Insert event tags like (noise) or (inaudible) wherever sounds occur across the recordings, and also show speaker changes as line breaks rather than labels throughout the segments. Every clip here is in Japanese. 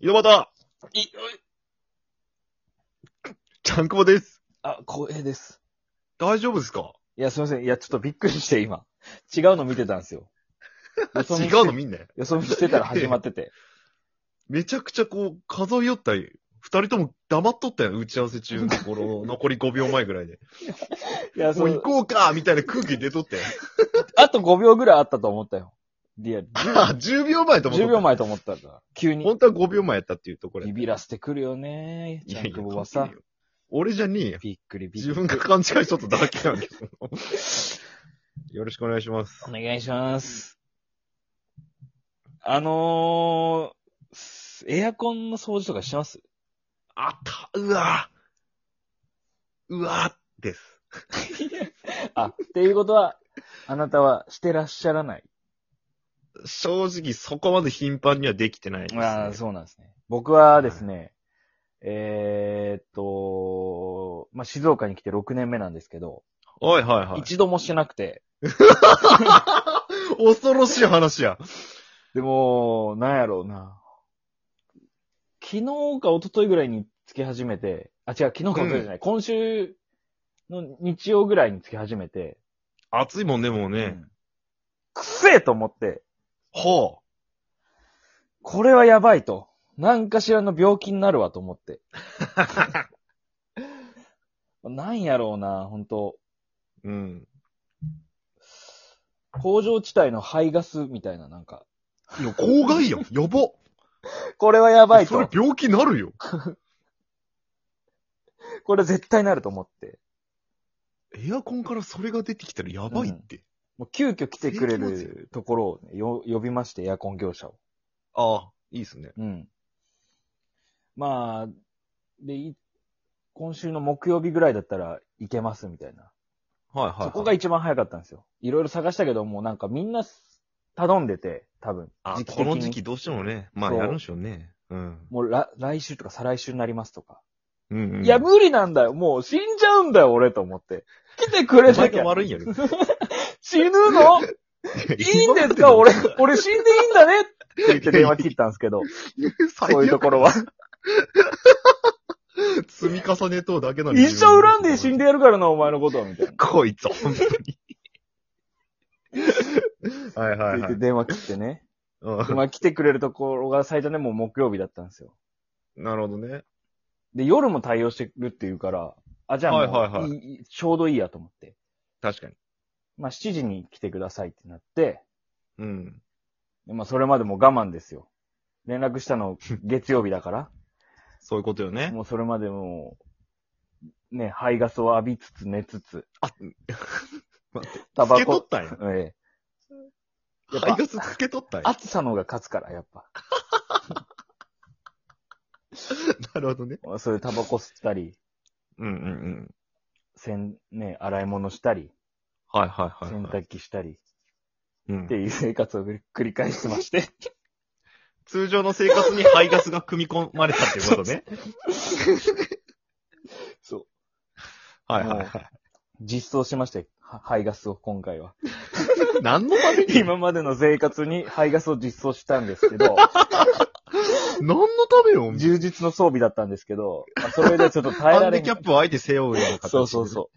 井戸端
い、
ちゃんくぼです。
あ、光栄です。
大丈夫ですか
いや、すみません。いや、ちょっとびっくりして、今。違うの見てたんですよ。よそ
違
見
う
して
のみんな。
よそ見してたら始まって
(laughs)
て。
めちゃくちゃこう、数え寄ったり、二人とも黙っとったよ。打ち合わせ中の頃の残り5秒前ぐらいで。
いや、
も
(laughs) そう
行
う、
こうかみたいな空気出とって。
あと5秒ぐらいあったと思ったよ。リアル。 (laughs)
(laughs) あ、10秒前と思っと
10
った
秒。前と思ったんだ。急に。
本当は5秒前やったっていうところや
ビビらせてくるよね。
い
ち
や
ゃ
いや
んくぼはさ
関係ねえ。よ俺じゃねえよ。
びっくりびっ
自
く
分が
り。
勘違いしとっただけなんだけど。 (laughs) よろしくお願いします。
お願いします。あのー、エアコンの掃除とか
(laughs)
します
あった、うわうわです。
あ、っていうことは、あなたはしてらっしゃらない。
正直そこまで頻繁にはできてないです、ね。
ああ、そうなんですね。僕はですね、えーっと、まあ、静岡に来て6年目なんですけど、
はいはいはい。
一度もしてなくて、
恐ろしい話や。
でも、なんやろうな。昨日か一昨日ぐらいにつけ始めて、あ、違う、昨日か一昨日じゃない、今週の日曜ぐらいにつけ始めて、
暑いもんね、もう
う
ね。
んくせえと思って、
は
これはやばいと。なんかしらの病気になるわと思 (laughs) って。
あ。
なんやろうな、本当
うん。
工場地帯の排ガスみたいな、なんか。
いや、公害や (laughs) ん。やば。
これはやばい
それ
と。
病気なるよ。
これ絶対なると思って。
エアコンからそれが出てきたらやばいって。
もう急遽来てくれ
正規
るところをね、よ呼びまして、エアコン業者を。
ああ、いいっすね。
うん。まあ、で、い今週の木曜日ぐらいだったらいけますみたいな。
はいはい、はい。
そこが一番早かったんですよ。いろいろ探したけど、もうなんかみんな頼んでて、多分。
あ、
時期
こ
的に
の時期どうしてもね。まあ、
そう
やるんでしょうね。うん。
もうら来週とか再来週になりますとか。
うん、うん。
いや、無理なんだよ。もう死んじゃうんだよ、俺と思って。来てくれ
お前
なき
が
ゃ。
悪いんや
(laughs)
ろ。
死ぬのいいんです
(laughs)
か俺、俺死んでいいんだねって言って電話切ったんです
(laughs)
けど、
最
そういうところは。。
積み重ねとうだけなのに
一生恨んで死んでやるからな、お前のことは、みたいな。
こいつ、本当 (laughs) に。はいはい
言
は
っ
い
て。電話切ってね。
う
まあ来てくれるところが最初ね、もう木曜日だったんですよ。
んなるほどね。
で、夜も対応してるっていうから、あ、じゃあもう、
はいはいはい
いちょうどいいやと思って。
確かに。
まあ7時に来てくださいってなって、
うん。
でまあそれまでもう我慢ですよ。連絡したの月曜日
(laughs)
だか
そういうことよ
ら、
ね。
もうそれまでもう、ね、排ガスを浴びつつ寝つつ、
あ、
タ
つ
バ
けと
コ
っ、たんや。
(laughs) ええ、やっぱ
排ガスつけとったんや。
暑さの方が勝つから、やっぱ。
なるほどね。
そういうタバコ吸ったり、
うんうんうん。
せん、ね、洗い物したり、
はいはいはい、
洗
はい。
濯機したり、
うん
っていう生活を繰り返してまして。 (laughs)
通常の生活に排ガスが組み込まれたっていうことね。
そう。
はいはいは
実装しまして、は排ガスを今回は。
い。何のために、
今までの生活に排ガスを実装したんですけ
(laughs)
ど、
何のためよ、
充実の装備だったんですけど、まあそれでちょっと耐え
ハ
ら
ン
れ
デ
ん
キャップをあえて背負うような形、。
そうそうそ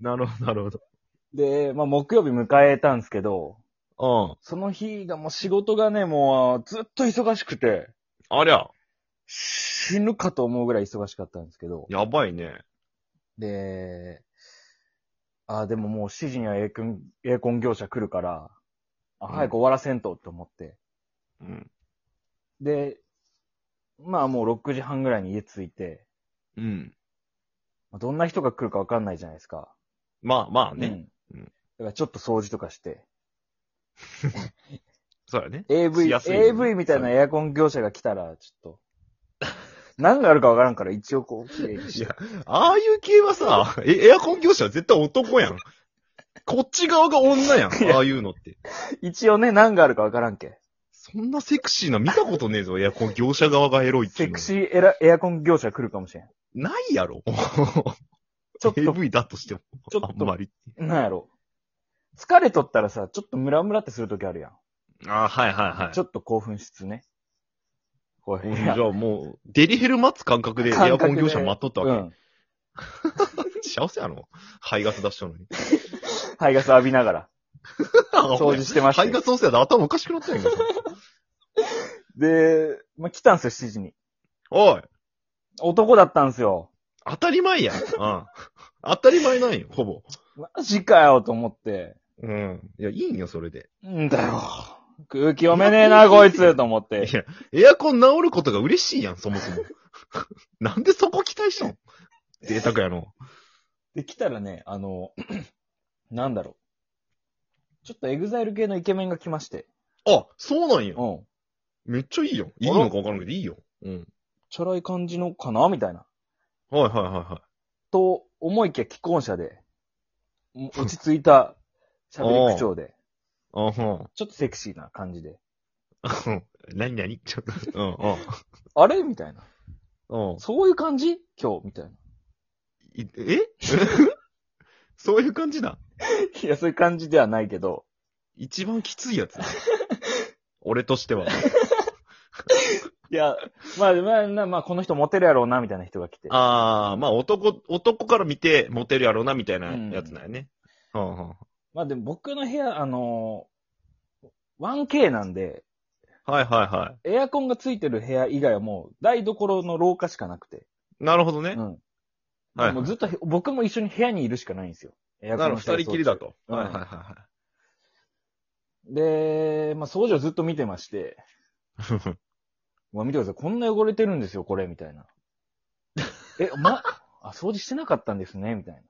う
なるほど、なるほ
う。で、まあ木曜日迎えたんですけど、
ど。
その日がもう仕事がね、もうずっと忙しくて、
うん。ありゃ、
死ぬかと思うぐらい忙しかったんですけど、
やばいね。
で、あ、でももう7時にはエイコン、エイコン業者来るから、あ、
うん
早く終わらせんとって思って。
うん。
で、まあもう6時半ぐらいに家着いて、
うん。
まあどんな人が来るかわかんないじゃないですか。
まあまあね。
うん。
うん
だからちょっと掃除とかして、
そうやね。し
AV、
やすいよね
AV みたいなエアコン業者が来たら、ちょっと、 (laughs) 何があるかわからんから一応こう、綺
(laughs)
麗にし
い
て。
や、ああいう系はさ、え、エアコン業者は絶対男やん。こっち側が女やん、ああいうのって。
一応ね、何があるかわからんけ。
そんなセクシーな見たことねえぞ、エアコン業者側がエロいってい
セ
うの
クシーエラエアコン業者来るかもしれん。
ないやろ。
ちょっと
AV だとしても。
ちょっと
あんまり。
なんやろ。疲れとったらさ、ちょっとムラムラってするときあるやん。
あはいはいはい。
ちょっと興奮しつつね。こう
うん
部
じゃ
屋
あもう、デリヘル待つ感覚でエアコン業者待っとった
う
わ
ん。
け。幸せやろ排ガス出しとるのに。
排ガス浴びながら、掃除してました
排ガ
よ。
スのせいで頭おかしくなったやんか。
で、まあ、来たんすよ、7時に。
おい
男だったんすよ。
当たり前やん。うん。当たり前なんよ、ほぼ。
マジかよ、と思って。
うん。いや、いいんよ、それで。
んだよ。空気読めねえな、こいつ、と思って
い。や、エアコン治ることが嬉しいやん、そもそも。 (laughs) なんでそこ期待したの贅沢やの。
で、来たらね、あの、 (clears throat) なんだろう。ちょっとエグザイル系のイケメンが来まして。
あ、そうなんや。
うん。
めっちゃいいよ。いいのかわからんけど、いいよ。うん。
チャラい感じのかなみたいな。
はいはいはいはい。
と、思いきや既婚者で、も落ち着いた喋り口 (laughs) 調で、
あは
ちょっとセクシーな感じで。
ん。 (laughs) 何何ちょっと、うんうん
あれみたいな。
うん
そういう感じ今日みたいな。
い。え (laughs) そういう感じだ。
(laughs) いや、そういう感じではないけど、
一番きついや (laughs) つ。俺としては。
いや、まあ、まあな、まあ、この人モテるやろうな、みたいな人が来て。
ああ、まあ男、男から見てモテるやろうな、みたいなやつなんやね。うんうん
まあ、でも僕の部屋、あのー 1K なんで、
はいはいは
エアコンがついてる部屋以外はもう、台所の廊下しかなくて。
い。なるほどね
う。ん。
はい
もうずっと、僕も一緒に部屋にいるしかないんですよ。エアコ
な
ン
る
の
ほど、二人きりだと。
うん
はいはいはいはい。
で、まあ、掃除をずっと見て
(laughs)
まして、まあ、見てください。こんな汚れてるんですよ、これ、みたいな。え、ま、あ、掃除してなかったんですね、みたい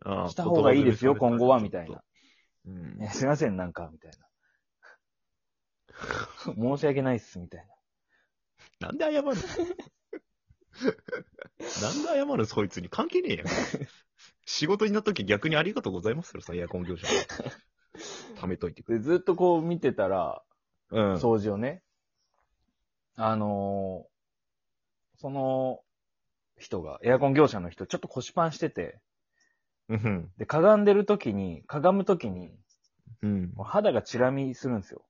あ
な。
ー
した方がいいですよ、今後は、みたいな。。
うん
いやすいません、なんか、みたいな。申し訳ないっす、みたい
なんで謝るの (laughs) なんで謝るのそいつに関係ねえやん。仕事になった時逆にありがとうございますよ、さ、エアコン業者に。貯めといてくれ。
な。で、ずっとこう見てたら、
うん。
掃除をね、あのーその人が、エアコン業者の人、ちょっと腰パンしてて、
うん。
で、かがんでる時に、かがむ時に、
うん。
もう肌がチラ見するんですよ。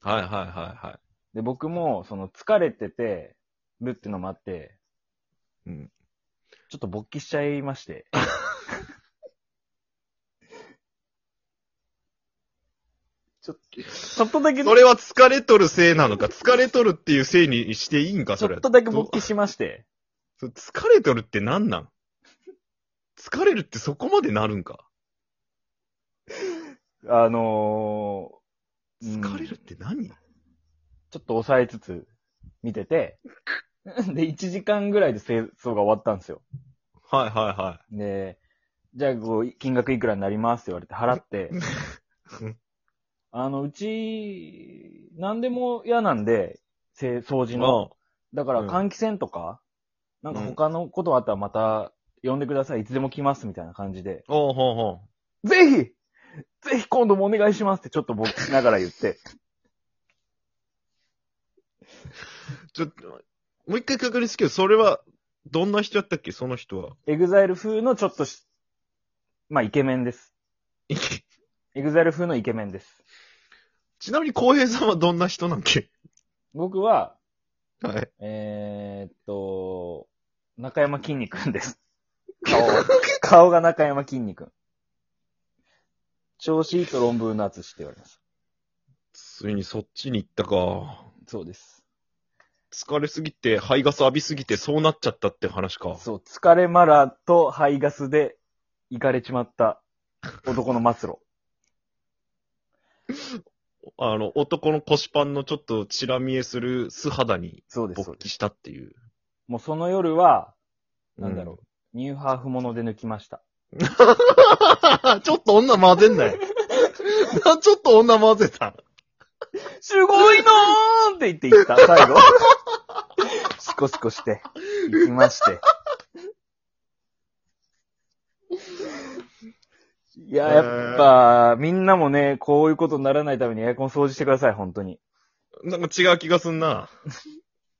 はいはいはいは
で、僕も、その、疲れてて、るってのもあって、
い。うん。
ちょっと勃起しちゃい
(laughs)
まして。ちょっと、ちょっとだけ、ち
そ
ょ
れは疲れとるせいなのか、疲れとるっていうせいにしていいんか、それ
っ
は。
とだけ勃起しまして。
ど疲れとるってなんなん疲れるってそこまでなるんか。
あのー、うん
疲れるって何、
ちょっと抑えつつ、見てて、で、1時間ぐらいで清掃が終わったんですよ。
はいはいはい。
で、じゃあ、こう、金額いくらになりますって言われて払って
うん、
あの、うち、何でも嫌なんで、せ掃除
あ
の。だから
うん
換気扇とか、なんか
うん
他のことあったらまた呼んでください、いつでも来ますみたいな感じで、
あ、おうほうほ
ぜひぜひ今度もお願いしますってちょっと僕しながら言って、 (laughs)
う。ちょっと、もう一回確認するけど、それは、どんな人やったっけその人は。 (laughs)
エグザイル風のちょっとし、まあイケメンです。エグザイル風のイケメンです。
ちなみに、浩平さんはどんな人なんっけ
僕は、
はい。
えー、っと、中山きんに君です。顔が、 (laughs) 顔が中山きんに君。調子いいと論文の厚しって言われます。
ついにそっちに行ったか。
そうです。
疲れすぎて、排ガス浴びすぎて、そうなっちゃったって話か。
そう、疲れマラと排ガスで行かれちまった男の末路。
あの、男の腰パンのちょっとチラ見えする素肌に
そうです、そう
勃
です。
起したっていう。
もうその夜は、なんだろう、ニューハーフもので抜きました。
うん。 (laughs) ちょっと女混ぜんなよ。 (laughs) なちょっと女混ぜた。
すごいのーんって言って行った、最後。シコシコして、行きまして。いや、やっぱ、みんなもね、こういうことにならないためにエアコン掃除してください、本当に。
なんか違う気がすんな。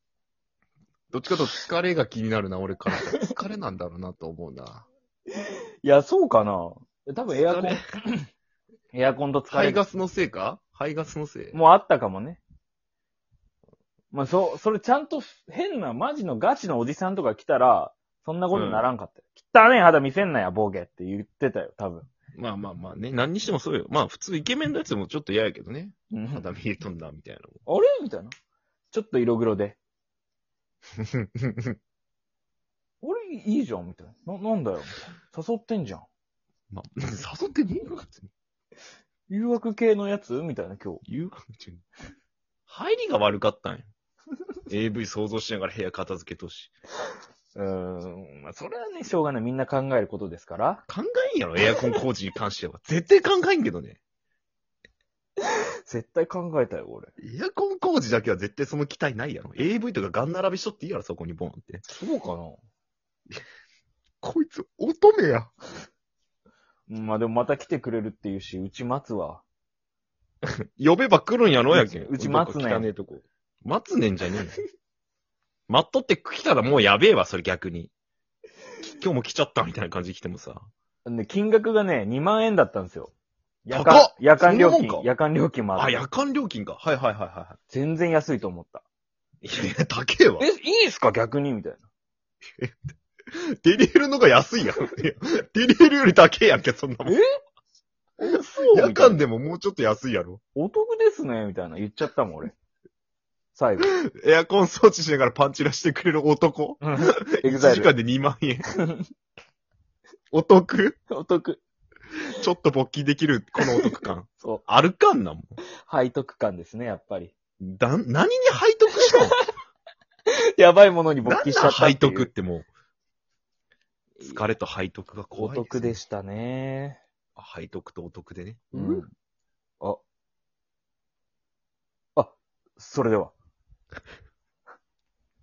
(laughs) どっちかというと疲れが気になるな、俺から。疲れなんだろうなと思うな。
いや、そうかな多分エア
疲
コン
れ、
エアコンと疲
排
れが
ガスのせいか排ガスのせい。
もうあったかもね。まあ、そう、それちゃんと変なマジのガチのおじさんとか来たら、そんなことにならんかったよ。汚ねえ肌見せんなや、ボケって言ってたよ、多分。
まあまあまあね、何にしてもそうよ。まあ普通イケメンのやつもちょっと嫌やけどね。
うんあれ
肌見えとんだ、みたいな
みたいな。ちょっと色黒 (laughs) で。
もん。
俺いいじゃんみたいな。な、なんだよ。誘ってんじゃん。
まあ、誘ってねえのか、別に
誘惑系のやつみたいな今日。
言うかもしれん入りが悪かったんよ。AV 想像しながら部屋片付けとし。
うーん。まあ、それはね、しょうがない。みんな考えることですから。
考えんやろ、エアコン工事に関しては。絶対考えんけどね。
絶対考えたよ、俺。
エアコン工事だけは絶対その期待ないやろ。AV とかガン並びしとっていいやろ、そこにボンって。
そうかな
こいつ、乙女や。
うんまあ、でもまた来てくれるっていうし、うち待つわ。
呼べば来るんやろやけん。
うち待つね
ど
ん
っか汚えとこ。待つねんじゃねえよ。待っとって来たらもうやべえわ、それ逆に。今日も来ちゃったみたいな感じで来てもさ。
で、金額がね、2万円だったんですよ。夜
高っ
間、夜間料
そんなも
金
んか、
夜間料金もあ
あ、
る。
夜間料金か。はいはいはいは
全然安いと思った。
い。いやいや、高えわ
え、。いいっすか逆にみたいな。
デリヘルのが安いやん。いやデリヘルより高えやんけ、そんなもん
え。そう
夜間でももうちょっと安いやろ。
お得ですねみたいな言っちゃったもん、俺。 (laughs) 最後。
エアコン装置しながらパンチラしてくれる男。
エグ
1
ザイ
時間で
ル。
2万 (laughs) 円。お得
お得。
ちょっと勃起できる、このお得 (laughs) 感。
そう。
あるかんなもん。
背徳感ですね、やっぱり。
だ、何に背徳したの
やばいものに
何
(laughs) 勃
なん
起しちゃったって
背
いう。
徳ってもう、疲れと背徳が
お
怖い、
得で。したね。
あ背徳とお得でね。
うん。あ。あ、それでは。